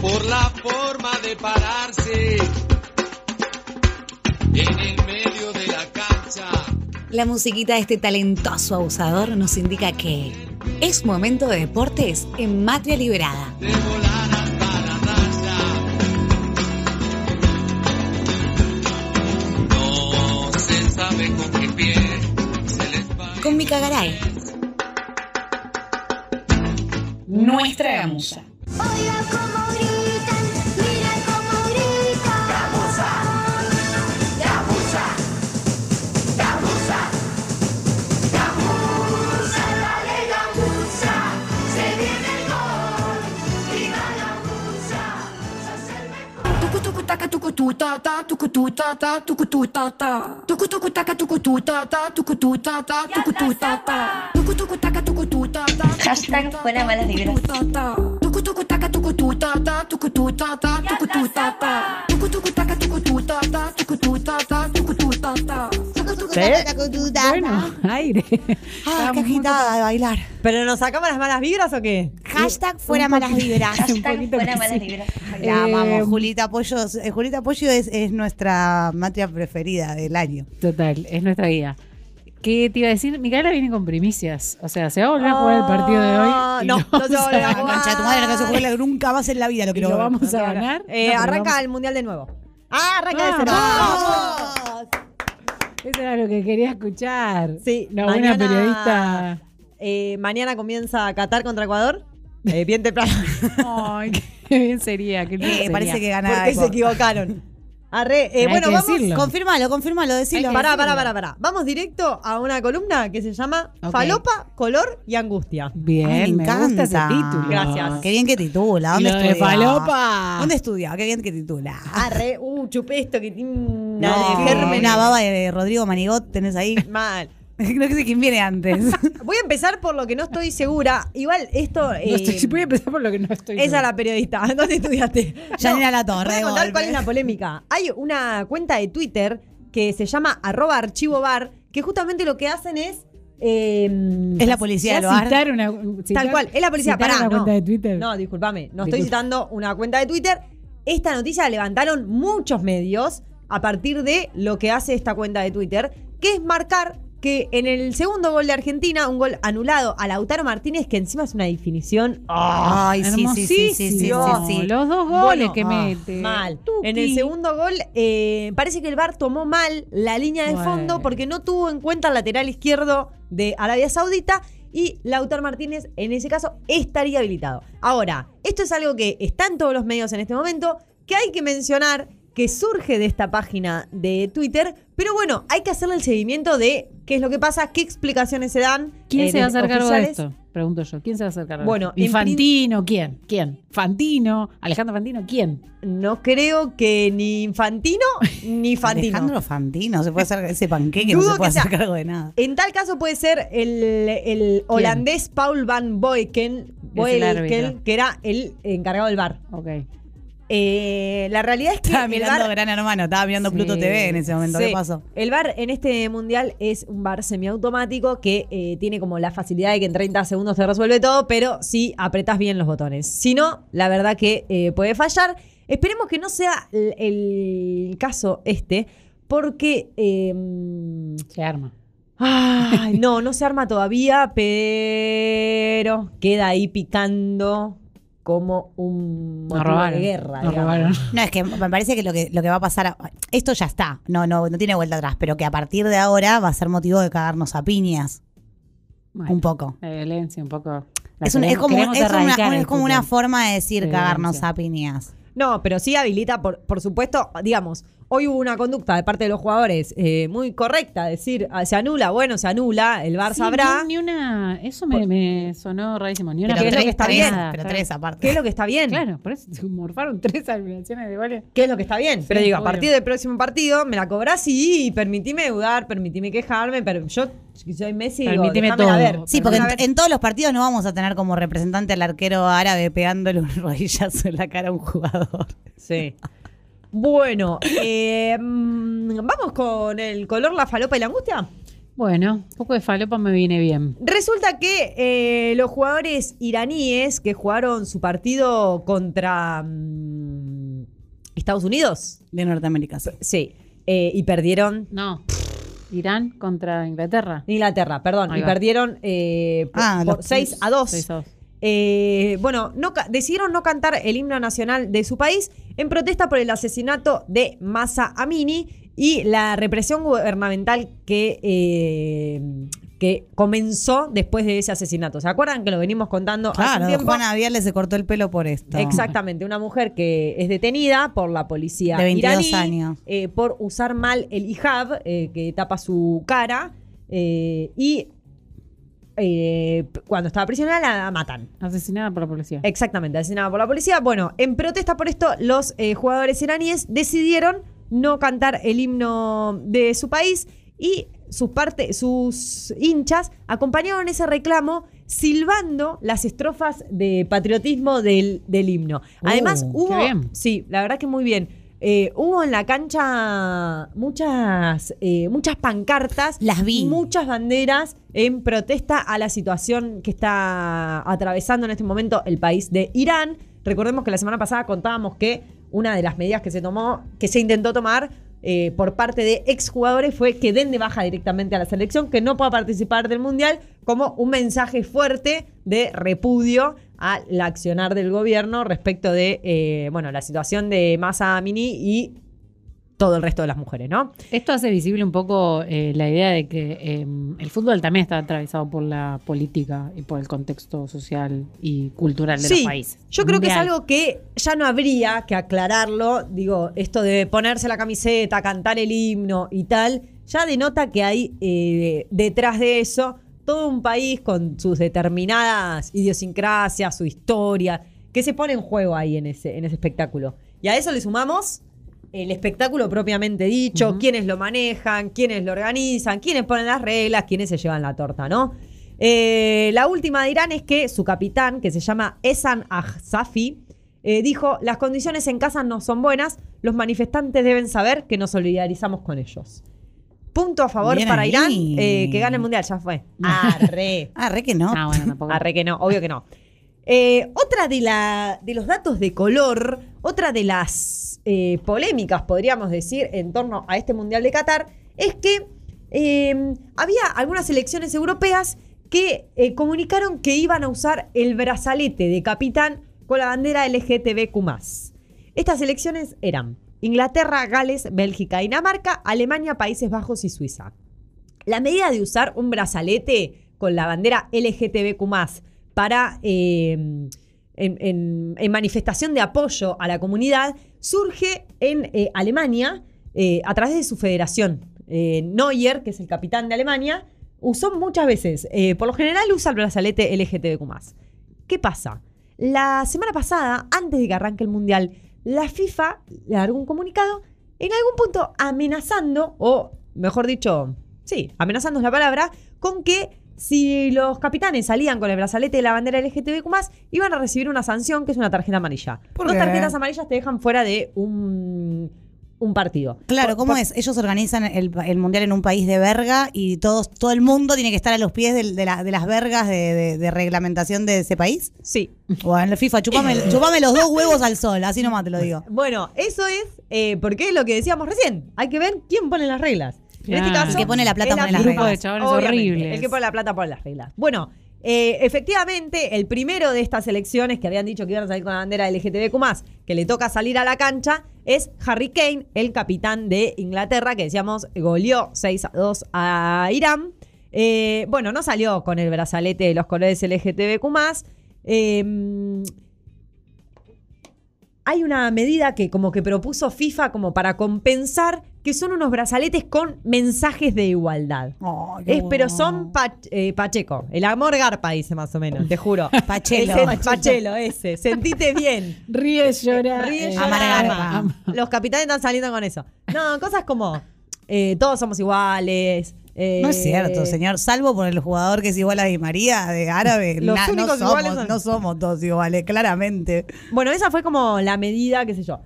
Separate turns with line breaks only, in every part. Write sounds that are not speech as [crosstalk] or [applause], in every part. por la forma de pararse en el medio de la cancha.
La musiquita de este talentoso abusador nos indica que es momento de deportes en Matria Liberada.
De volar hasta la raya. No se sabe con qué pie se les va.
Con Mica Garay.
Nuestra gamusa.
Oiga cómo gritan, mira cómo gritan. Gamusa, gamusa, gamusa, gamusa, dale gamusa. Se viene el gol, viva gamusa, sos el mejor.
Tucutaca tucututata, tucututata, tucututata. Tucutaca tucututata, tucututata, tucututata. Tucutaca tucututata.
Hashtag fuera malas vibras.
Tucutaca tucututata, tucututata, tucututata. Tucutaca tucututata, tucututata, tucututata.
Bueno, aire.
Ah, qué agitada de bailar.
¿Pero nos sacamos las malas vibras o qué?
Hashtag fuera malas vibras.
Hashtag
poquito
fuera
que
malas
sí.
vibras. Ay,
La
Eh,
amamos, Julita Pollo. eh, Julita Pollo es, es nuestra matria preferida del año.
Total, es nuestra guía. ¿Qué te iba a decir? Micaela viene con primicias. O sea, se va a volver a jugar el partido de
Ah,
hoy. y
No,
lo vamos
no,
a ganar.
Concha de tu madre, no se juega nunca más en la vida, lo
Y
quiero
lo
ver.
vamos a
No, no, no.
ganar.
Eh,
No, pero
arranca
vamos-
el mundial de nuevo. Ah, arranca de cero.
¡Vamos!
Eso era lo que quería escuchar.
Sí,
la buena
mañana-
periodista.
Eh, mañana comienza Qatar contra Ecuador. Eh, bien temprano.
Ay, [laughs] qué bien sería. Qué lindo
Eh,
sería.
parece que
[laughs]
gana.
Porque se
Ecuador.
equivocaron. Arre, eh,
Hay
bueno,
que
vamos.
decirlo.
Confirmalo, confirmalo, decilo.
Pará, pará, pará, pará. Vamos directo a una columna que se llama
Ok.
Falopa, Color y Angustia.
Bien,
Ay,
me, gusta ese título.
Gracias.
Qué bien que titula. ¿Dónde
Lo de
estudia?
falopa.
¿Dóné estudia? Qué bien que titula.
Arre, uh, chupé esto que tiene una
No,
de gérmenes.
una baba de eh, Rodrigo Manigot tenés ahí. [laughs]
Mal.
No sé quién
[laughs]
viene antes.
Voy a empezar por lo que no estoy segura. Igual esto.
No
eh,
estoy, voy a empezar por lo que no estoy.
Esa
segura.
es la periodista. [laughs] ¿Dónde estudiaste?
Janina La
Voy
Torre.
a
de
contar
golpe.
cuál es la polémica. Hay una cuenta de Twitter que se llama arroba archivo bar, que justamente lo que hacen es. eh,
Es la policía del
Ya
bar.
citar una- citar-
Tal cual, es la policía.
citar
Pará,
una
no.
cuenta de Twitter.
No, discúlpame, no estoy
Disculpa.
citando una cuenta de Twitter. Esta noticia la levantaron muchos medios a partir de lo que hace esta cuenta de Twitter, que es marcar que en el segundo gol de Argentina, un gol anulado a Lautaro Martínez, que encima es una definición.
Ay, sí, sí, sí, sí, sí, sí,
Hermosísimo.
sí.
Los dos goles
Bueno,
que
ah,
mete.
Mal.
Este, Tuki.
En el segundo gol, eh, parece que el VAR tomó mal la línea de
Bueno.
fondo porque no tuvo en cuenta el lateral izquierdo de Arabia Saudita y Lautaro Martínez, en ese caso, estaría habilitado. Ahora, esto es algo que está en todos los medios en este momento, que hay que mencionar que surge de esta página de Twitter, pero bueno, hay que hacerle el seguimiento de qué es lo que pasa, qué explicaciones se dan.
¿Quién
eh,
se va a
desde
hacer cargo de
oficiales.
esto? Pregunto yo. ¿Quién se va a hacer cargo de
Bueno,
esto?
en
Infantino, ¿quién? ¿Quién? ¿Fantino? ¿Alejandro Fantino? ¿Quién?
No creo que ni Infantino
[laughs]
ni Fantino.
Alejandro Fantino se puede hacer ese panqueque, no
Dudo
se puede
que sea.
hacer cargo
[laughs]
de nada.
En tal caso puede ser el, el holandés Paul van Boeken,
árbitro.
que era el encargado del bar.
Ok.
la realidad es que
Estaba
el
mirando
VAR-
Gran Hermano, estaba mirando
Sí.
Pluto TV en ese momento. ¿Qué
sí,
pasó?
el bar en este mundial es un bar semiautomático que eh, tiene como la facilidad de que en 30 segundos te resuelve todo, pero si apretás bien los botones. Si no, la verdad que eh, puede fallar. Esperemos que no sea el, el caso este, porque eh,
Se arma.
Ay, no, no se arma todavía, pero queda ahí picando como un
Nos
motivo
robaron.
de guerra.
Nos
digamos.
robaron.
No, es que me parece que lo que, lo que va a pasar. a- Esto ya está. No, no, no tiene vuelta atrás, pero que a partir de ahora va a ser motivo de cagarnos a piñas.
Bueno,
Un poco.
La violencia, un poco. la
Es, un- es
queremos-
como,
queremos
es como
erradicar
una,
el
es como una
fútbol.
forma de decir
Sí,
cagarnos
violencia.
a piñas.
No, pero sí habilita, por, por supuesto, digamos, hoy hubo una conducta de parte de los jugadores eh, muy correcta, decir, ah, se anula, bueno, se anula, el Bar
Sí,
sabrá.
no, Ni una. Eso me, me sonó rarísimo. Ni una.
Pero
que es lo
tres,
que está
tres,
bien,
nada,
pero
está
tres aparte.
¿Qué es lo que está bien?
Claro, por eso [laughs] se morfaron tres alineaciones de goles.
¿Qué es lo que está bien? Pero
Sí,
digo,
obvio.
a partir del próximo partido me la cobras y permitime dudar, permitime quejarme, pero yo si soy Messi, digo,
Permitime
déjamela
todo.
ver.
Sí, porque en,
déjamela ver.
en todos los partidos no vamos a tener como representante al arquero árabe pegándole un [laughs] rodillazo en la cara a un jugador.
Sí. Bueno, eh, mm, vamos con el color, la falopa y la angustia.
Bueno, un poco de falopa me viene bien.
Resulta que eh, los jugadores iraníes que jugaron su partido contra mm, Estados Unidos,
De Norteamérica, sí.
sí, eh, y perdieron
No. Irán contra Inglaterra.
Inglaterra, perdón,
Ahí
y
va.
perdieron eh, por-
Ah,
por
los-
6 a 2.
Seis a dos.
Eh, bueno, no ca- decidieron no cantar el himno nacional de su país en protesta por el asesinato de Massa Amini y la represión gubernamental que, eh, que comenzó después de ese asesinato. ¿Se acuerdan que lo venimos contando hace un
Claro,
tiempo?
Juana Viale se cortó el pelo por esto.
Exactamente, una mujer que es detenida por la policía
De 22
iraní,
años.
eh, por usar mal el hijab eh, que tapa su cara eh, y eh, p- cuando estaba prisionera la matan.
Asesinada por la policía.
Exactamente, asesinada por la policía. Bueno, en protesta por esto, los eh, jugadores iraníes decidieron no cantar el himno de su país y sus, parte- sus hinchas acompañaron ese reclamo silbando las estrofas de patriotismo del, del himno. Además,
Uh, qué
hubo.
bien.
Sí, la verdad que muy bien. Eh, hubo en la cancha muchas, eh, muchas pancartas
Las vi.
muchas banderas en protesta a la situación que está atravesando en este momento el país de Irán. Recordemos que la semana pasada contábamos que una de las medidas que se tomó, que se intentó tomar eh, por parte de exjugadores fue que den de baja directamente a la selección, que no pueda participar del Mundial, como un mensaje fuerte de repudio al accionar del gobierno respecto de eh, bueno, la situación de Massa Amini y todo el resto de las mujeres, ¿no?
Esto hace visible un poco eh, la idea de que eh, el fútbol también está atravesado por la política y por el contexto social y cultural de los países.
Yo creo que es
Mundial.
algo que ya no habría que aclararlo. Digo, esto de ponerse la camiseta, cantar el himno y tal, ya denota que hay eh, detrás de eso todo un país con sus determinadas idiosincrasias, su historia, que se pone en juego ahí en ese, en ese espectáculo. Y a eso le sumamos el espectáculo propiamente dicho, quiénes lo manejan, quiénes lo organizan, quiénes ponen las reglas, quiénes se llevan la torta, ¿no? Eh, la última de Irán es que su capitán, que se llama Esan Ahsafi, eh, dijo, las condiciones en casa no son buenas, los manifestantes deben saber que nos solidarizamos con ellos. Punto a favor
Bien
para
ahí.
Irán, eh, que gane el Mundial, ya fue. Arre.
Ah, re que no.
Ah, bueno, tampoco.
Arre que no, obvio que no. Eh, otra de, la, de los datos de color, otra de las eh, polémicas, podríamos decir, en torno a este Mundial de Qatar, es que eh, había algunas elecciones europeas que eh, comunicaron que iban a usar el brazalete de capitán con la bandera LGTBQ. Estas elecciones eran Inglaterra, Gales, Bélgica, Dinamarca, Alemania, Países Bajos y Suiza. La medida de usar un brazalete con la bandera LGTBQ para eh, en, en- en manifestación de apoyo a la comunidad surge en eh, Alemania eh, a través de su federación. Eh, Neuer, que es el capitán de Alemania, usó muchas veces, eh, por lo general usa el brazalete LGTBQ. ¿Qué pasa? La semana pasada, antes de que arranque el Mundial, la FIFA largó un comunicado en algún punto amenazando, o mejor dicho, sí, amenazando es la palabra, con que si los capitanes salían con el brazalete de la bandera LGTBQ+, iban a recibir una sanción que es una tarjeta amarilla.
¿Por
Dos
qué?
tarjetas amarillas te dejan fuera de un, un partido.
Claro,
Por-
¿cómo
por-
es? Ellos organizan el, el mundial en un país de verga y todos, todo el mundo tiene que estar a los pies del- de, la- de las vergas de, de- de reglamentación de
[laughs]
ese país.
Sí.
Bueno, el FIFA, chupame,
Eh.
chupame los dos huevos al sol, así nomás te lo
[laughs]
digo.
Bueno, eso es eh, porque es lo que decíamos recién. Hay que ver quién pone las reglas. En este
Claro.
caso,
El que
pone la plata
es
pone las
FIFA.
reglas. Grupo de
chabones
Obviamente,
horribles.
El que pone la plata pone las reglas. Bueno, eh, efectivamente, el primero de estas elecciones que habían dicho que iban a salir con la bandera LGTBQ, que le toca salir a la cancha, es Harry Kane, el capitán de Inglaterra, que decíamos goleó 6 a 2 a Irán. Eh, bueno, no salió con el brazalete de los colores LGTBQ. Eh, hay una medida que como que propuso FIFA como para compensar que son unos brazaletes con mensajes de igualdad.
Ay, qué
Es, pero
bueno.
son pa- eh, Pacheco. El amor garpa dice más o menos, te juro.
[laughs] Pachelo.
Ese es Pachelo, ese. Sentite bien.
Ríe, llora.
Ríe,
eh,
llora,
amarga
ama.
garpa.
Los capitanes están saliendo con eso. No, cosas como eh, todos somos iguales. eh,
No es cierto, señor. Salvo por el jugador que es igual a Di María, de árabe.
[laughs] Los
na- no,
únicos
somos,
iguales son-
no somos todos iguales, claramente.
Bueno, esa fue como la medida, qué sé yo.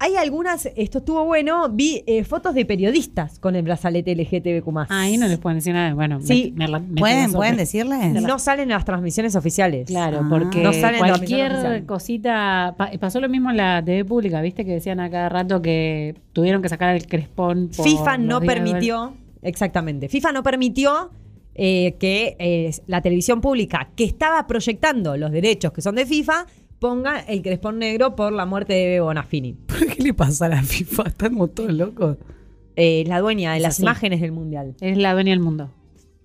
hay algunas, esto estuvo bueno, vi eh, fotos de periodistas con el brazalete LGTBQ+.
Ahí no les pueden decir nada. Bueno,
Sí.
me- me la- me
¿Pueden,
tengo
¿Pueden
sobre.
decirles?
No salen en las transmisiones oficiales.
Claro,
Ah.
porque
No salen en la oficina
cualquier
oficial.
cosita. pa- eh, pasó lo mismo en la TV pública, ¿viste? Que decían a cada rato que tuvieron que sacar el crespón. por
FIFA
los
no
días de-
permitió, exactamente, FIFA no permitió eh, que eh, la televisión pública que estaba proyectando los derechos que son de FIFA ponga el crespón negro por la muerte de Bebo Bonafini.
[laughs] ¿Qué le pasa a la FIFA? Estamos todos locos.
Eh, la dueña de
Es
las
así.
imágenes del Mundial.
Es la dueña del mundo.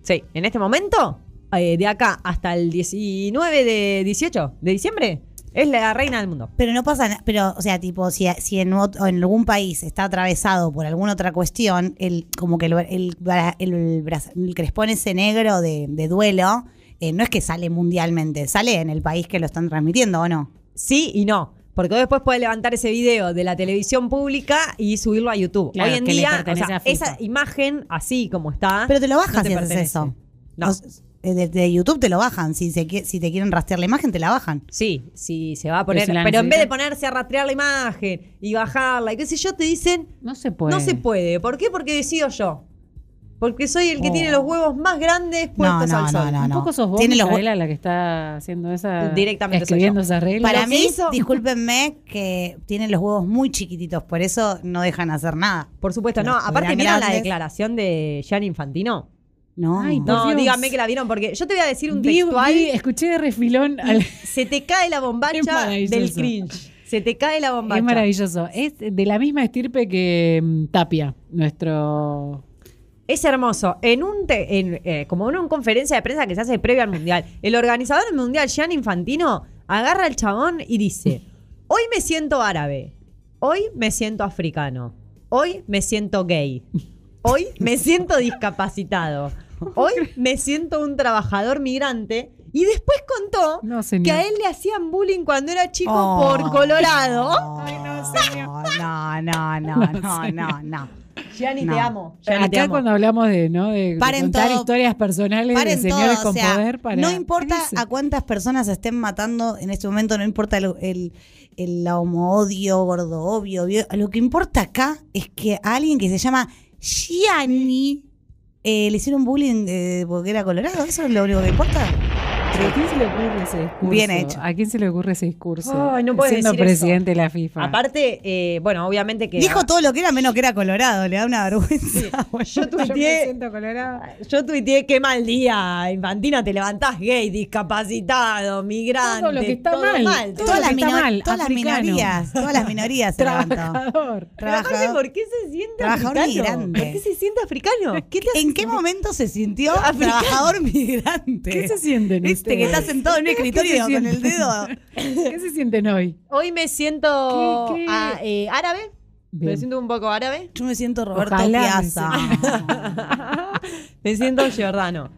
Sí, en este momento, eh, de acá hasta el 19 de 18 de diciembre, es la reina del mundo.
Pero no pasa nada. Pero, o sea, tipo, si, si en, ot- en algún país está atravesado por alguna otra cuestión, el, como que el, el, bra- el bra- el crespón ese negro de, de duelo, eh, no es que sale mundialmente, sale en el país que lo están transmitiendo, ¿o no?
Sí y no. Porque vos después puedes levantar ese video de la televisión pública y subirlo a YouTube.
Claro,
Hoy en
que le
día, o
pertenece
sea,
a FIFA.
esa imagen así como está.
Pero te lo bajan
te
si haces
pertenece.
eso.
No.
O s- eh, de, de YouTube te lo bajan. Si, se, qui- si te quieren rastrear la imagen, te la bajan.
Sí, sí, se va a poner.
si la
Pero, en vez de
necesitas-
ponerse a rastrear la imagen y bajarla y qué sé yo, te dicen,
No se puede.
no se puede. ¿Por qué? Porque decido yo. Porque soy el que
Oh.
tiene los huevos más grandes
No,
puestos al
no,
sol.
no, no,
Un
no.
poco sos vos,
Tiene los hue-
Micaela, la que está haciendo esa.
Directamente soy
Escribiendo
yo.
esa regla.
Para
¿Los
mí,
hizo?
discúlpenme, que tienen los huevos muy chiquititos, por eso no dejan hacer nada.
Por supuesto, no.
Los
Aparte,
eran
¿vieron la
grandes.
declaración de Gian Infantino?
No.
Ay, Por
No,
Dios.
dígame que la vieron, porque yo te voy a decir un
Vi-
textual.
vi- escuché de refilón. [laughs] al-
Se te cae la
Es
bombacha
maravilloso.
del cringe. Se te cae la bombacha.
Es maravilloso. Es de la misma estirpe que mm, Tapia, nuestro.
Es hermoso. En un te- en, eh, como en una conferencia de prensa que se hace previo al mundial, el organizador del mundial, Gian Infantino, agarra al chabón y dice: Hoy me siento árabe. Hoy me siento africano. Hoy me siento gay. Hoy me siento discapacitado. Hoy me siento un trabajador migrante. Y después contó
No, señor.
que a él le hacían bullying cuando era chico
Oh.
por Colorado.
No, no,
[laughs]
no, no, no, no.
Gianni,
No.
te amo. Gianni, te
Acá
amo.
cuando hablamos de, ¿no? de
Paren
contar
todo.
historias personales
Paren
de señores
todo, o
con
sea,
poder para
no
¿Qué
importa
dice?
a cuántas personas estén matando en este momento, no importa el, el, el homo-odio, gordo-obvio, bio- lo que importa acá es que a alguien que se llama Gianni eh, le hicieron bullying eh, porque era colorado, eso es lo único que importa.
¿Pero ¿A quién se le ocurre ese discurso?
Bien hecho.
¿A quién se le ocurre ese discurso?
Ay, no puedes
Siendo
decir
presidente de la FIFA.
Aparte, eh, bueno, obviamente que.
Dijo todo lo que era menos que era colorado, le da una vergüenza.
[laughs] yo
[laughs]
yo me
tuiteé,
siento colorada.
yo tuiteé, qué mal día, Infantina, te levantás gay, discapacitado, migrante.
Todo lo que está
todo
mal. Todo
Todas
lo
las,
que está
minor-
mal,
todas las
africano.
minorías, todas las minorías se
[laughs]
levantó.
[laughs] Trabajador.
Pero aparte,
Trabajador.
¿por qué se siente
Trabajador
africano?
migrante.
¿Por qué se siente africano? ¿Qué te hace
¿En qué momento se sintió
Africano.
trabajador migrante?
¿Qué se sienten
Viste que
ustedes?
estás sentado en un escritorio
se
con el
siente?
dedo.
¿Qué se sienten hoy?
[laughs] Hoy me siento
¿Qué- qué?
ah, eh, árabe. Me
Bien.
siento un poco árabe.
Yo me siento Roberto
Ojalá me
Piazza. [laughs]
me siento giordano.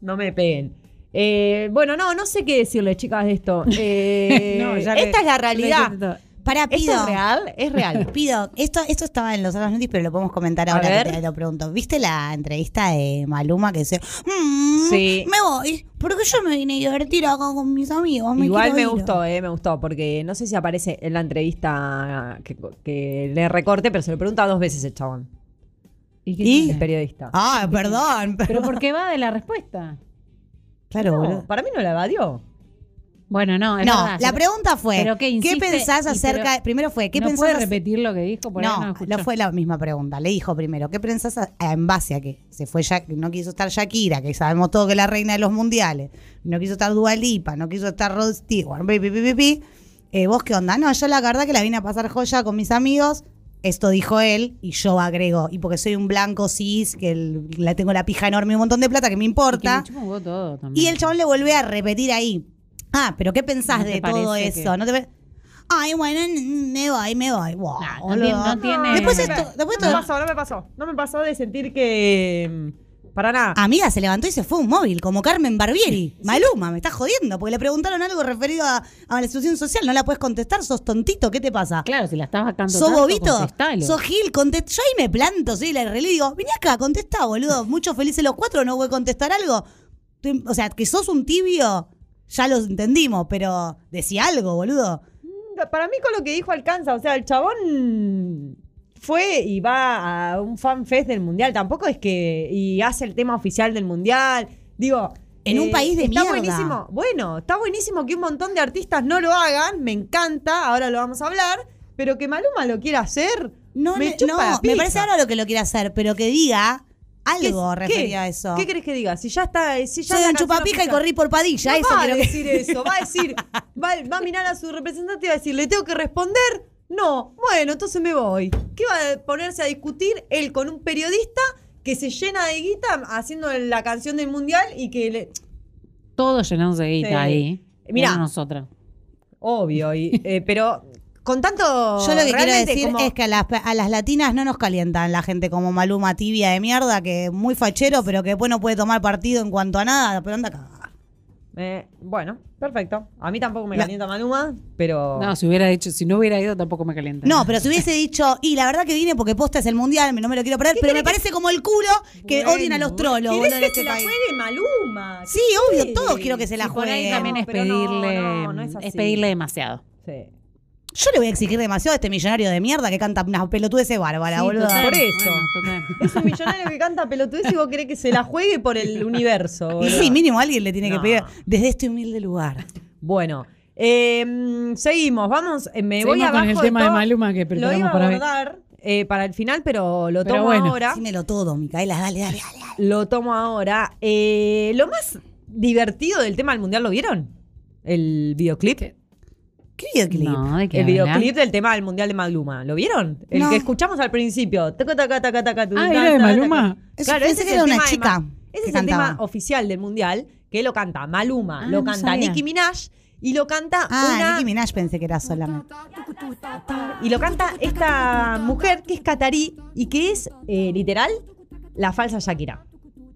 No me peguen. Eh, bueno, no, no sé qué decirles, chicas, de esto. Eh,
No, ya le-
esta es la realidad.
Realidad.
Para
¿Esto
pido.
es real? Es
[laughs]
real.
Pido, esto, esto estaba en los otros noticias, pero lo podemos comentar
A
ahora que
ver.
te lo pregunto. ¿Viste la entrevista de Maluma que dice, "Mm,
Sí.
me voy, porque yo me vine a divertir acá con mis amigos? me
Igual
quiero
me
ir".
gustó, eh, me gustó, porque no sé si aparece en la entrevista que, que le recorté, pero se lo pregunta dos veces el chabón,
¿Y qué
¿Y?
el
tiene?
periodista.
Ah, perdón.
Pero porque va de la respuesta.
claro,
No,
boludo.
Oh, para mí no la evadió.
Bueno, no, es
No,
verdad.
la pregunta fue,
Pero que insiste,
pensás
y
acerca
pero-
de- primero fue, ¿qué
¿No
pensás
puede
acerca-
repetir lo que dijo? Por ahí
No,
escuchó.
no fue la misma pregunta. Le dijo primero, ¿qué pensás a- a- en base a que se fue ya, no quiso estar Shakira, que sabemos todo que es la reina de los mundiales, no quiso estar Dualipa, no quiso estar Rod Stewart, pi, pi, pi, pi, pi. Eh, ¿Vos qué onda? No, yo la verdad que la vine a pasar joya con mis amigos. Esto dijo él y yo agrego, y porque soy un blanco cis, que el- la tengo la pija enorme y un montón de plata que me
Y que me
importa.
chupa un huevo todo también.
Y el chabón le vuelve a repetir ahí. Ah, pero ¿qué pensás
¿No te
de todo
parece
eso?
que-
¿No te pare- Ay, bueno, n- me voy, me voy. Wow,
No, no
boludo.
tiene- no tiene-
Después esto, después
No me
esto-
pasó, no me pasó. No me pasó de sentir que. mm, Para nada.
Amiga, se levantó y se fue a un móvil, como Carmen Barbieri. Maluma, me estás jodiendo, porque le preguntaron algo referido a, a la situación social, no la puedes contestar, sos tontito, ¿qué te pasa?
Claro, si la estás vacando
¿Sos
tanto,
bobito?
contestalo.
¿Sos Gil? Contest Yo ahí me planto, soy la relé y digo, vení acá, contestá, boludo. Muchos felices los cuatro, no voy a contestar algo. Te- O sea, que sos un tibio, ya lo entendimos, pero decía algo, boludo.
para mí con lo que dijo alcanza. O sea, el chabón fue y va a un fan fest del mundial. Tampoco es que. Y hace el tema oficial del mundial. Digo. eh,
En un país de
está
mierda.
buenísimo. Bueno, está buenísimo que un montón de artistas no lo hagan. Me encanta. Ahora lo vamos a hablar. Pero que Maluma lo quiera hacer.
No,
me
le-
chupa
no,
la
me
pizza.
parece ahora lo que lo quiere hacer, pero que diga
¿Qué-
algo
qué?
referido a eso.
¿Qué crees que diga? Si ya está. Si ya
Soy
la
un
canción
chupapija y
oficial.
corrí por padilla,
No
eso
va a
quiero que-
decir eso, va a decir, va, va a mirar a su representante y va a decir, le tengo que responder, no, bueno, entonces me voy. ¿Qué va a ponerse a discutir él con un periodista que se llena de guita haciendo la canción del mundial y que le...
Todos llenándose de guita
Sí.
ahí.
Mirá.
Menos nosotros.
Obvio, y, eh, pero con tanto...
Yo lo que quiero
realmente
decir
como-
es que a las, a las latinas no nos calientan la gente como Maluma tibia de mierda, que es muy fachero, pero que después no puede tomar partido en cuanto a nada, pero anda acá.
Eh, bueno, perfecto. A mí tampoco me
La-
calienta Maluma, pero...
No, si hubiera hecho, si no hubiera ido tampoco me calienta.
No, pero si hubiese dicho, y la verdad que vine porque posta es el mundial, no me lo quiero perder, pero me parece como el culo que
Bueno,
odien a los trolos,
¿Querés
boludo, en
que
este
se la
país.
juegue Maluma?
Sí, obvio, todos quiero que se la
Y por ahí
jueguen.
también es
pero no,
pedirle,
no, no es
es,
así.
pedirle demasiado.
Sí.
Yo le voy a exigir demasiado a este millonario de mierda que canta unas pelotudeces bárbaras,
Sí,
boludo.
total. Por eso.
Bueno,
[laughs]
total.
Es un millonario que canta pelotudez y vos querés que se la juegue por el universo.
Y
boludo.
sí, mínimo alguien le tiene
No.
que pedir desde este humilde lugar.
Bueno, eh, seguimos, vamos. eh, Me voy
Seguimos
abajo
con el
de
tema de
todo.
Maluma que
Lo iba
preparamos
a
para hoy.
abordar eh, para el final, pero lo
Pero
tomo
bueno.
ahora.
Dímelo todo, Micaela, dale, dale, dale.
Lo tomo ahora. Eh, lo más divertido del tema del mundial, ¿lo vieron? El videoclip.
¿Qué videoclip?
No, ¿de qué
El
habla?
videoclip del tema del mundial de Maluma. ¿Lo vieron? El
No.
que escuchamos al principio. Taca, taca, taca, taca, tu,
Ah,
ta,
¿era
ta,
de Maluma?
taca.
Eso
Claro,
pensé
ese
que
es
era
el
una
tema de
chica
Ma- Ese
que
es el tema
cantaba.
oficial del mundial que lo canta Maluma,
Ah,
lo
no
canta
sabía.
Nicki Minaj y lo canta
Ah,
una
Nicki Minaj pensé que era solamente.
y lo canta esta mujer que es catarí y que es eh, literal la falsa Shakira.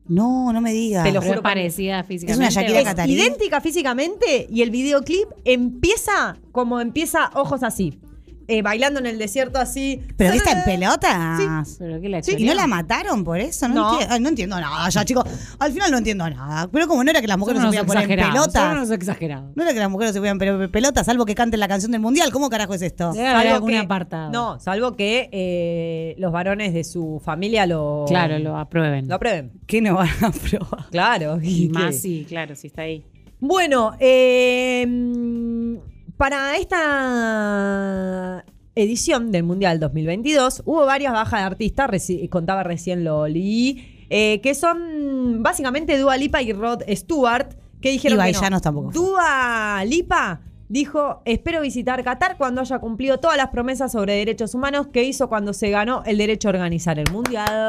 No, no me digas.
Te lo
Pero
juro
es
por-
parecida
una
físicamente.
Shakira
Es
¿o?
catarí.
idéntica físicamente y el videoclip empieza como empieza ojos así, eh, bailando en el desierto así.
¿Pero que está en pelotas?
Pero que la
Sí,
¿Y no
choreó.
la mataron por eso? No,
No.
entie- ay, no entiendo nada ya, chicos. Al final no entiendo nada. Pero como no era que las mujeres
Son
se
unos
podían poner en
exagerados. Son
pelotas.
unos exagerados.
No era que las mujeres se podían poner en pelotas, salvo que canten la canción del mundial. ¿Cómo carajo es esto?
Debe haber
Salvo
algún
que-
apartado.
No, salvo que eh, los varones de su familia lo
Claro, lo aprueben.
lo aprueben.
[laughs] ¿Qué no van a probar?
Claro, [laughs]
y
que-
más, sí, claro, sí está ahí.
Bueno, eh, para esta edición del Mundial 2022 hubo varias bajas de artistas, reci- eh, contaba recién Loli, eh, que son básicamente Dua Lipa y Rod Stewart, que dijeron
Y
que
Baillanos
no.
tampoco fue.
Dua Lipa dijo, espero visitar Qatar cuando haya cumplido todas las promesas sobre derechos humanos que hizo cuando se ganó el derecho a organizar el Mundial.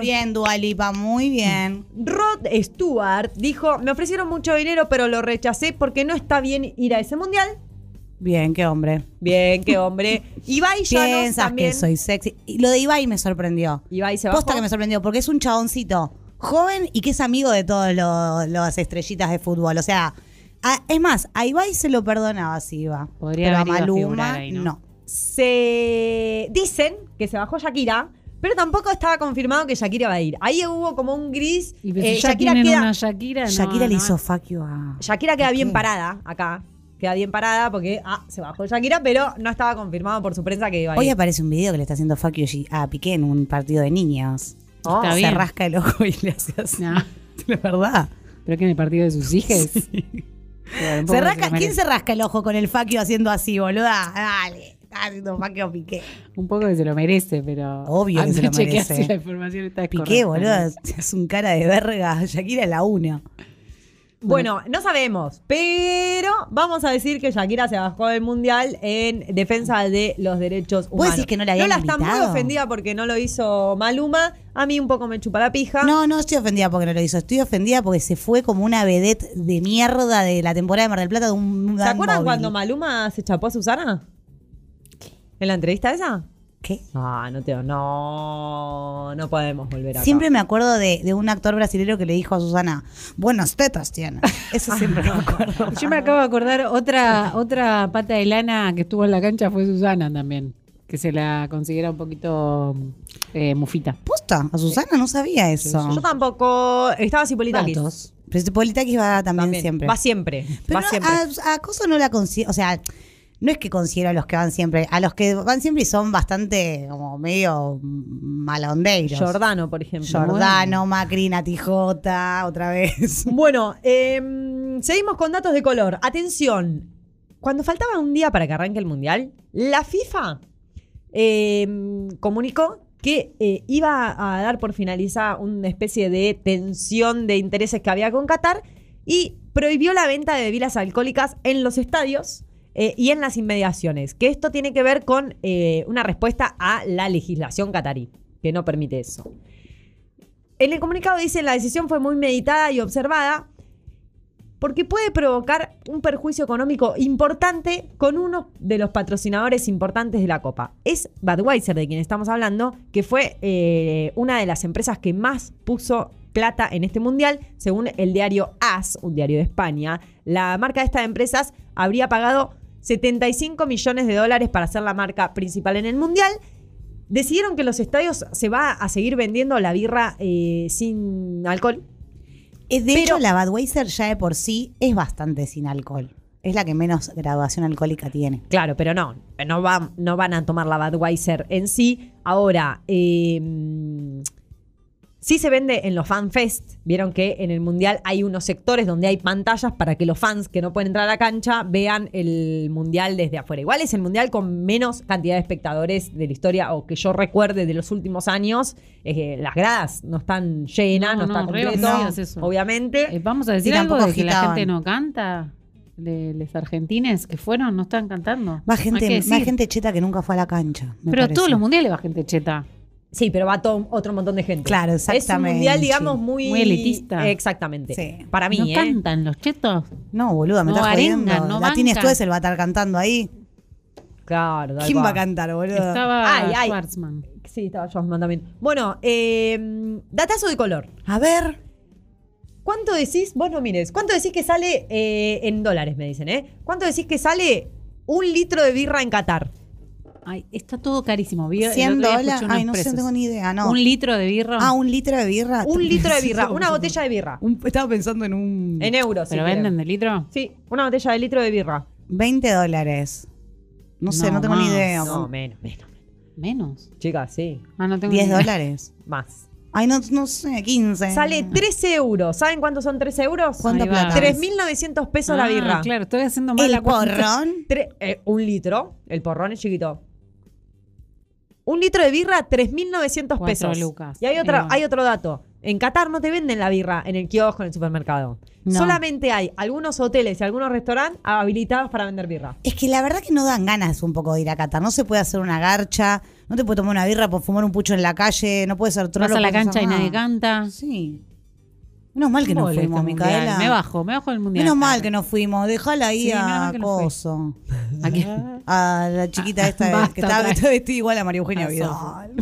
Bien, Dualipa, muy bien.
Rod Stewart dijo, me ofrecieron mucho dinero, pero lo rechacé porque no está bien ir a ese mundial.
Bien, qué hombre.
Bien, qué
[laughs]
hombre. Ibai Llanos
Piensas
también.
que soy sexy. Y lo de Ibai me sorprendió.
Ibai se bajó.
Posta que me sorprendió, porque es un chaboncito joven y que es amigo de todas lo- las estrellitas de fútbol. O sea, a- es más, a Ibai se lo perdonaba si iba.
Podría
pero
haber ido a
a Maluma,
figurar ahí, ¿no?
¿no?
Se dicen que se bajó Shakira, pero tampoco estaba confirmado que Shakira va a ir. Ahí hubo como un gris.
Y
pues
pero
Eh,
si ya
Shakira
tienen
queda,
una Shakira, no,
Shakira le
no.
hizo fuck you a.
Shakira queda bien
¿Qué?
parada acá. Queda bien parada porque ah, se bajó Shakira, pero no estaba confirmado por su prensa que iba a ir.
Hoy aparece un video que le está haciendo fuck you a Piqué en un partido de niños.
Oh,
Está
se
bien.
rasca el ojo y le hace así. [laughs]
No,
La verdad.
[laughs] pero que en el partido de sus hijas. [laughs] Claro, un poco
Se
lo
rasca,
merece.
¿Quién se rasca el ojo con el fuck you haciendo así, boluda? Dale, está haciendo fuck you a Piqué.
Un poco que se lo merece, pero.
Obvio que se
anda
lo
a chequear
merece.
si la información está
Piqué,
correcta.
boludo, [laughs] es un cara de verga. Shakira es la una.
Bueno, no sabemos, pero vamos a decir que Shakira se bajó del mundial en defensa de los derechos humanos.
decís que no la habían
está muy
invitado?
ofendida porque no lo hizo Maluma. A mí un poco me chupa la pija.
No, no estoy ofendida porque no lo hizo. Estoy ofendida porque se fue como una vedette de mierda de la temporada de Mar del Plata de un.
¿Se acuerdan cuando Maluma se chapó a Susana? ¿En la entrevista esa?
¿Qué?
Ah, no te no, no podemos volver acá.
Siempre me acuerdo de, de un actor brasileño que le dijo a Susana, buenas
[laughs]
tetas tiene. Eso siempre me acuerdo.
Yo me acabo de acordar otra, otra pata de lana que estuvo en la cancha fue Susana también. Que se la considera un poquito eh, mufita.
Posta, a Susana no sabía eso.
Yo tampoco, estaba Cipolitakis.
Datos.
Pero este Politakis va pues, también, siempre.
Va siempre,
Pero
va
no,
siempre.
a, a Coso no la considero, o sea, no es que considero a los que van siempre, a los que van siempre y son bastante como medio malondeiros.
Jordano, por ejemplo.
Jordano, Macri, Natijota, otra vez.
[laughs] Bueno, em, seguimos con datos de color. Atención, cuando faltaba un día para que arranque el Mundial, la FIFA em, comunicó que eh, iba a dar por finalizada una especie de tensión de intereses que había con Qatar y prohibió la venta de bebidas alcohólicas en los estadios eh, y en las inmediaciones, que esto tiene que ver con eh, una respuesta a la legislación qatarí, que no permite eso. En el comunicado dice, la decisión fue muy meditada y observada porque puede provocar un perjuicio económico importante con uno de los patrocinadores importantes de la Copa. Es Budweiser de quien estamos hablando, que fue eh, una de las empresas que más puso plata en este mundial, según el diario AS, un diario de España. La marca de estas empresas habría pagado 75 millones de dólares para ser la marca principal en el mundial. Decidieron que en los estadios se va a seguir vendiendo la birra eh, sin alcohol.
Es de
Pero-
hecho, la Budweiser ya de por sí es bastante sin alcohol. Es la que menos graduación alcohólica tiene.
Claro, pero no, no, va- no van a tomar la Budweiser en sí. Ahora, eh, sí se vende en los fanfest. Vieron que en el Mundial hay unos sectores donde hay pantallas para que los fans que no pueden entrar a la cancha vean el Mundial desde afuera. Igual es el Mundial con menos cantidad de espectadores de la historia o que yo recuerde de los últimos años. Eh, las gradas no están llenas, no,
No,
está
no, re
completo,
vacías eso.
obviamente.
Eh, vamos a decir
Y
algo
tampoco
de que la
agitaban.
gente no canta. De los argentines que fueron, no están cantando.
Va
No hay que
gente, va
decir.
gente cheta que nunca fue a la cancha. me
Pero
parece.
todos los mundiales va gente cheta.
Sí, pero va todo, otro montón de gente.
Claro,
Es un
exactamente.
mundial, digamos, muy...
Muy elitista.
Exactamente.
Sí.
Para mí,
no
¿eh?
cantan los chetos.
No, boluda, me
No
estás
arengan,
jodiendo.
no
la tienes
bancan.
tú, es el va a estar cantando ahí.
Claro, tal
¿Quién
cual.
va a cantar, boludo?
Estaba
Ay, ay.
Schwartzman.
Sí, estaba Jossman también. Bueno, eh, datazo de color.
A ver.
¿Cuánto decís, vos no mires, cuánto decís que sale eh, en dólares, me dicen, ¿eh? ¿Cuánto decís que sale un litro de birra en Qatar?
Ay, está todo carísimo. Vi- el
100
otro día
dólares.
escuché unos
Ay, no sé,
precios.
no tengo ni idea, no.
Un litro de birra.
ah, un litro de birra.
Un litro de birra, una botella de birra.
Un- estaba pensando en un.
En euros,
¿Pero
si
venden
quieren.
de litro?
Sí, una botella de litro de birra.
20 dólares. No sé, no,
No,
tengo ni
más.
idea.
No, menos, menos.
Menos.
Chicas, sí,
Ah, no tengo
10
ni idea.
dólares.
más.
Ay, no, no sé, 15.
Sale 13 euros. ¿Saben cuánto son 13 euros?
¿Cuánta
Ahí va.
plata?
3.900 pesos la
Ah,
birra.
Claro, estoy haciendo mal
El
la cuenta.
porrón.
Tre- eh, un litro, el porrón es chiquito. Un litro de birra, 3.900
Cuatro
pesos.
lucas.
Y hay,
Ahí
otra,
va.
hay otro dato. En Qatar no te venden la birra en el kiosco, en el supermercado.
No.
Solamente hay algunos hoteles y algunos restaurantes habilitados para vender birra.
Es que la verdad que no dan ganas un poco de ir a Qatar. No se puede hacer una garcha, no te puede tomar una birra por fumar un pucho en la calle, no puedes ser
Vas
trolo.
a la
puedes hacer
cancha y
nada.
nadie canta.
Sí. Menos mal que no
Mole este
fuimos,
mundial.
Micaela.
Me bajo, me bajo el mundial.
Menos mal que no fuimos. Déjala ahí
Sí, menos
a
mal que no fue.
Coso.
¿A qué?
[laughs] A la chiquita
Ah,
esta
basta
que estaba
otra vez. Ah,
vestida igual a María Eugenia
A
Vidal.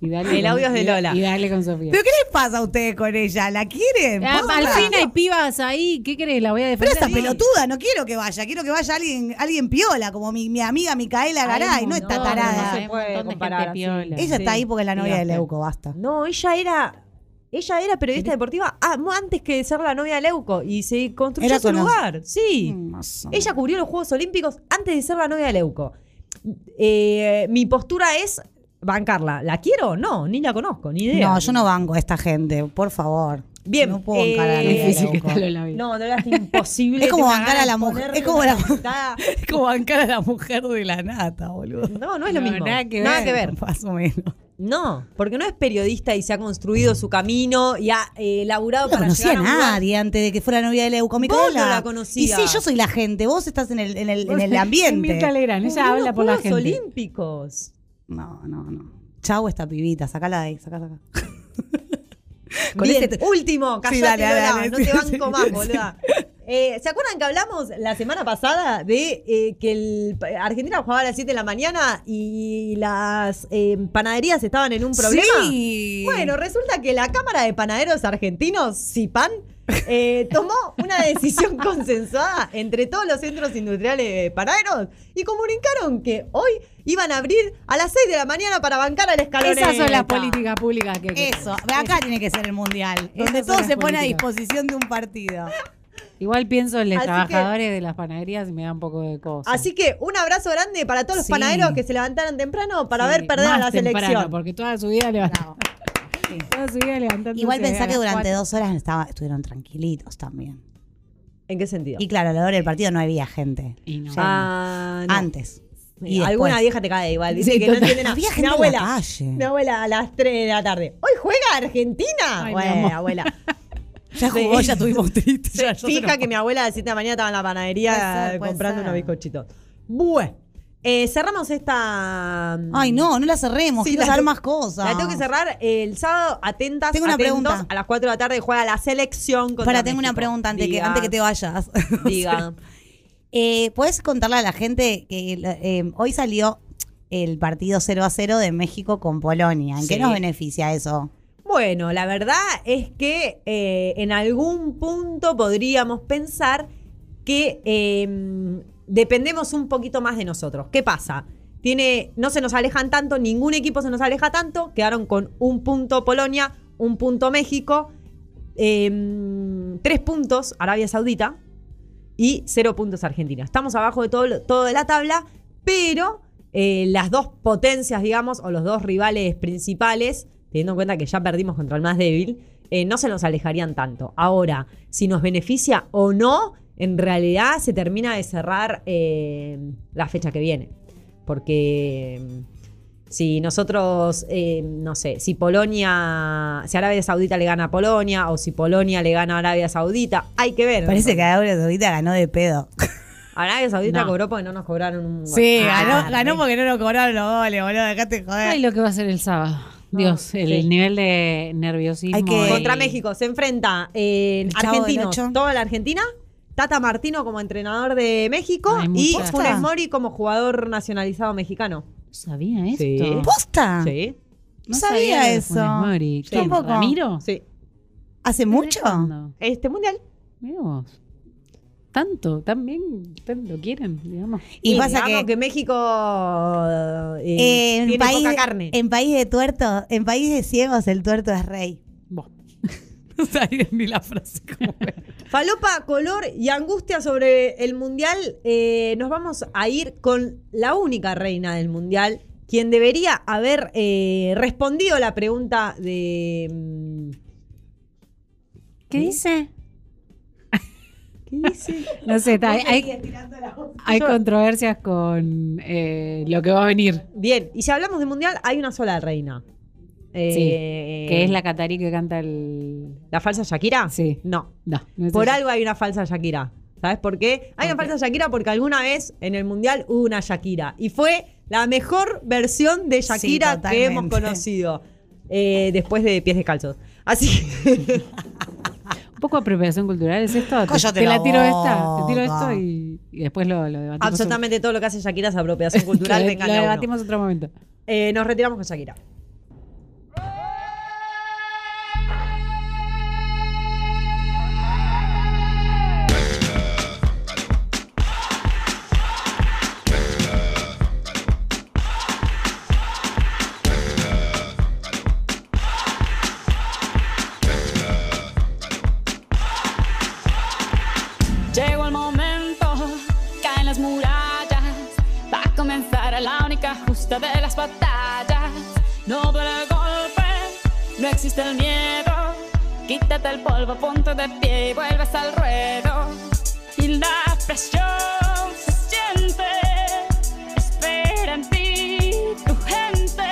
Y dale
El
con-
audio es de
y da-
Lola.
Y dale con Sofía.
[laughs] ¿Pero qué les pasa a ustedes con ella? ¿La quieren?
Ah,
¿Posta?
al fin hay pibas ahí. ¿Qué querés? La voy a
Pero
defender.
esa
Sí.
pelotuda, no quiero que vaya, quiero que vaya alguien, alguien piola, como mi, mi amiga Micaela Garay,
Hay un
no está
montón,
tarada.
hay un
Se puede
montón de gente
comparar así.
piola.
Ella está
Sí,
ahí porque es la novia de
fíjate.
Leuco, basta.
No, ella era. Ella era periodista deportiva ah, mu- antes que ser la novia de Leuco y se construyó
Era Mm.
su
cono-
lugar. Sí.
Mm,
Ella cubrió los Juegos Olímpicos antes de ser la novia de Leuco. Eh, mi postura es bancarla. ¿La quiero? No, ni la conozco, ni idea.
No, yo no banco a esta gente, por favor.
Bien,
No puedo bancar a la
eh,
novia de
Difícil que
Leuco.
está Lola Vida.
No, no es imposible.
[laughs] Es como
Tengo
bancar
ganas
a la
de
mujer-
ponerle
es como la-
una patada.
[laughs] Es como bancar a la mujer de la nata, boludo.
No, no es lo
No,
mismo.
nada que
Nada que ver.
Más o menos.
No, porque no es periodista y se ha construido su camino y ha eh, elaborado
No
para
conocía a
llegar a un lugar.
nadie antes de que fuera novia de Leuco. Micaela.
no la conocías.
Y sí, yo soy la gente, vos estás en el, en el,
[laughs]
en el ambiente.
Mirta Legrand,
Uy,
ella habla
unos
por la
Juegos
gente.
Olímpicos.
No, no, no. Chau esta pibita, sacala de ahí, sacala acá. Con
Bien,
ese-
último, callate,
Sí, dale, dale,
Lola,
dale,
no
sí,
te banco
sí,
más,
sí.
boluda. Eh, ¿Se acuerdan que hablamos la semana pasada de eh, que el Argentina jugaba a las 7 de la mañana y las eh, panaderías estaban en un problema?
Sí.
Bueno, resulta que la Cámara de Panaderos Argentinos, CIPAN, eh, tomó una decisión [laughs] consensuada entre todos los centros industriales de panaderos y comunicaron que hoy iban a abrir a las 6 de la mañana para bancar al escalón.
Esas son las políticas públicas que. que-
Eso, acá tiene que ser el mundial,
Esas
donde
son
todo
las
se pone a
políticas.
disposición de un partido.
Igual pienso en los
Así
trabajadores de las panaderías y me da un poco de cosa.
Así que un abrazo grande para todos los
Sí.
panaderos que se levantaron temprano para
Sí,
ver perder a
más
la
temprano,
selección.
Porque toda su vida levantaron. Toda su vida levantando.
Igual pensá que durante dos horas estaba- estuvieron tranquilitos también.
¿En qué sentido?
Y claro, a la hora del partido no había gente.
Y no.
Ah, no.
Antes.
Sí,
Y después.
Alguna vieja te cae igual. Dice
Sí,
que no
total.
entiende nada.
Había
[laughs] Mi
gente en la
abuela,
calle.
mi abuela a las 3 de la tarde. ¿Hoy juega Argentina?
Ay, mi
bueno,
amor.
abuela.
Ya jugó,
Sí.
ya tuvimos triste.
Se
[laughs] ya- ya se
fija
nos-
que mi abuela a las 7 de la mañana estaba en la panadería
Puede ser, puede
comprando
ser.
unos bizcochitos. Bueno, eh, cerramos esta. mm,
Ay, no, no la cerremos.
Sí,
quiero
la-
saber más cosas.
La tengo que cerrar el sábado, atentas,
Tengo una
atentos,
pregunta.
a las 4 de la tarde juega la selección contra
Para, tengo una
México.
pregunta antes, que,
Diga,
antes que te vayas. [laughs]
Diga.
Eh, ¿Puedes contarle a la gente que la- eh, hoy salió el partido 0 a 0 de México con Polonia? ¿En qué
Sí.
nos beneficia eso?
Bueno, la verdad es que eh, en algún punto podríamos pensar que eh, dependemos un poquito más de nosotros. ¿Qué pasa? Tiene, no se nos alejan tanto, ningún equipo se nos aleja tanto. Quedaron con un punto Polonia, un punto México, eh, tres puntos Arabia Saudita y cero puntos Argentina. Estamos abajo de todo, lo- todo de la tabla, pero eh, las dos potencias, digamos, o los dos rivales principales, teniendo en cuenta que ya perdimos contra el más débil, eh, no se nos alejarían tanto. Ahora, si nos beneficia o no, en realidad se termina de cerrar eh, la fecha que viene. Porque mm, si nosotros, eh, no sé, si Polonia, si Arabia Saudita le gana a Polonia o si Polonia le gana a Arabia Saudita, hay que ver.
Parece que Arabia Saudita ganó de [laughs] pedo.
Arabia Saudita
No.
cobró porque no nos cobraron un.
Sí,
Ah,
ganó, ganó porque no lo cobraron los goles, boludo. Dejate
Ay,
joder.
lo que va a ser el sábado.
No,
Dios, el
sí.
nivel de nerviosismo.
Hay que-
y-
Contra México se enfrenta eh,
El Chavo del
argentinos,
Ocho.
toda la Argentina. Tata Martino como entrenador de México
Ay,
y
muchacha.
Funes Mori como jugador nacionalizado mexicano.
No sabía esto.
Sí.
¿Posta?
Sí.
No sabía
lo de
eso.
Funes Mori. ¿Quién?
Tampoco.
¿Ramiro?
Sí.
¿Hace mucho?
¿Cuándo?
Este mundial.
Mirá vos. Tanto, tan bien, tan lo quieren, digamos.
Y, pasa
Eh, digamos
que,
que, México eh,
eh, en,
tiene
país,
poca carne.
en país de tuerto, en país de ciegos, el tuerto es rey.
Vos. [laughs] no sabía ni la frase como
Falopa, color y angustia sobre el mundial. eh, nos vamos a ir con la única reina del mundial, quien debería haber eh, respondido la pregunta de. mm,
¿Qué
¿Qué dice?
dice? [laughs] [laughs] No sé, está- hay, hay controversias con eh, lo que va a venir,
Bien, y si hablamos de mundial, hay una sola reina. Eh,
que es la catarí que canta el...
¿La falsa Shakira?
Sí.
No.
No, no es
Por
ella.
algo hay una falsa Shakira. ¿Sabes por qué? Hay una
¿Por qué?
falsa Shakira porque alguna vez en el mundial hubo una Shakira. Y fue la mejor versión de Shakira que
totalmente.
hemos conocido. eh, después de pies descalzos. Así
[laughs]
que.
Un poco de apropiación cultural es esto. Te,
Cállate
te
la
la tiro esta, te tiro
boca.
esto y, y después lo, lo debatimos.
[laughs] absolutamente todo lo que hace Shakira es
[laughs]
apropiación
Lo-
cultural. Venga,
lo
la uno.
debatimos otro momento.
Eh, Nos retiramos con Shakira.
Llegó el momento, caen las murallas, va a comenzar la única justa de las batallas. No duele el golpe, no existe el miedo. Quítate el polvo, ponte de pie y vuelves al ruedo. Y la presión se siente, espera en ti tu gente.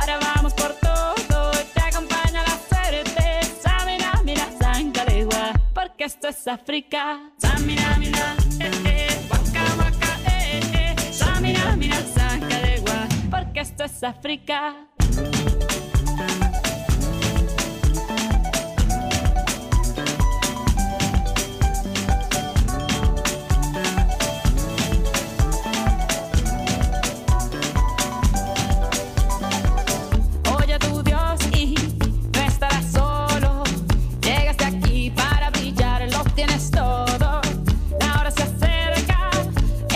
Ahora vamos por todo, te acompaña la suerte. Samina, mira, sangalewa, porque esto es África. Samina, mira, eh, eh, waka, waka, eh, eh. Samina, mira, sangalewa, porque esto es África. Oye a tu Dios y no estarás solo. Llegaste aquí para brillar, lo tienes todo. La hora se acerca,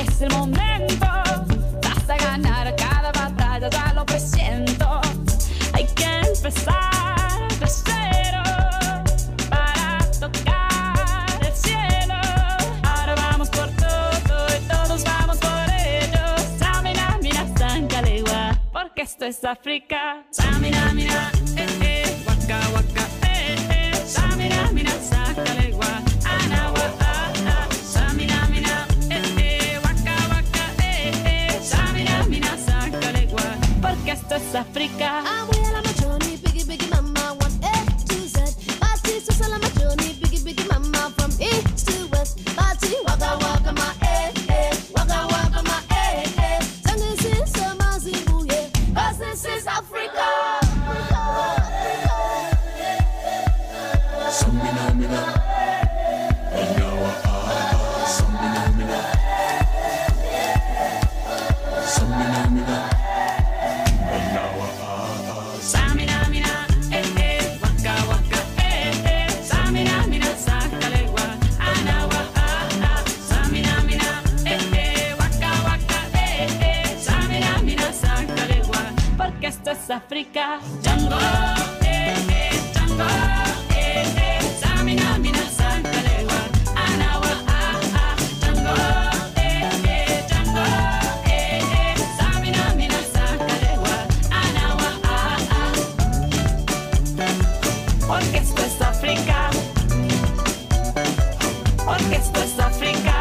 es el momento. Vas a ganar cada batalla, ya lo presiento. Hay que empezar de cero para tocar el cielo. esto es África. Samira, mira, eh, eh, waka, waka, eh, eh. Samira, mira, sácale gua, anagua, ah, ah. Samira, mira, eh, eh, waka, waka, eh, eh. Samira, mira, sácale gua, porque esto es África. Samina, mina, eh, eh, waka, waka, eh, eh. Samina, mina, sácale gua, anagua, ah, ah. Samina, mina, eh, eh, waka, waka, eh, eh. Samina, mina, sácale gua, porque esto es África. Django, eh, eh, Django, eh, eh. Samina, mina, sácale gua, anagua, ah, ah. Django, eh, eh, Django, eh, eh. Samina, mina, sácale gua, anagua, ah, ah porque esto es África. Porque esto es África.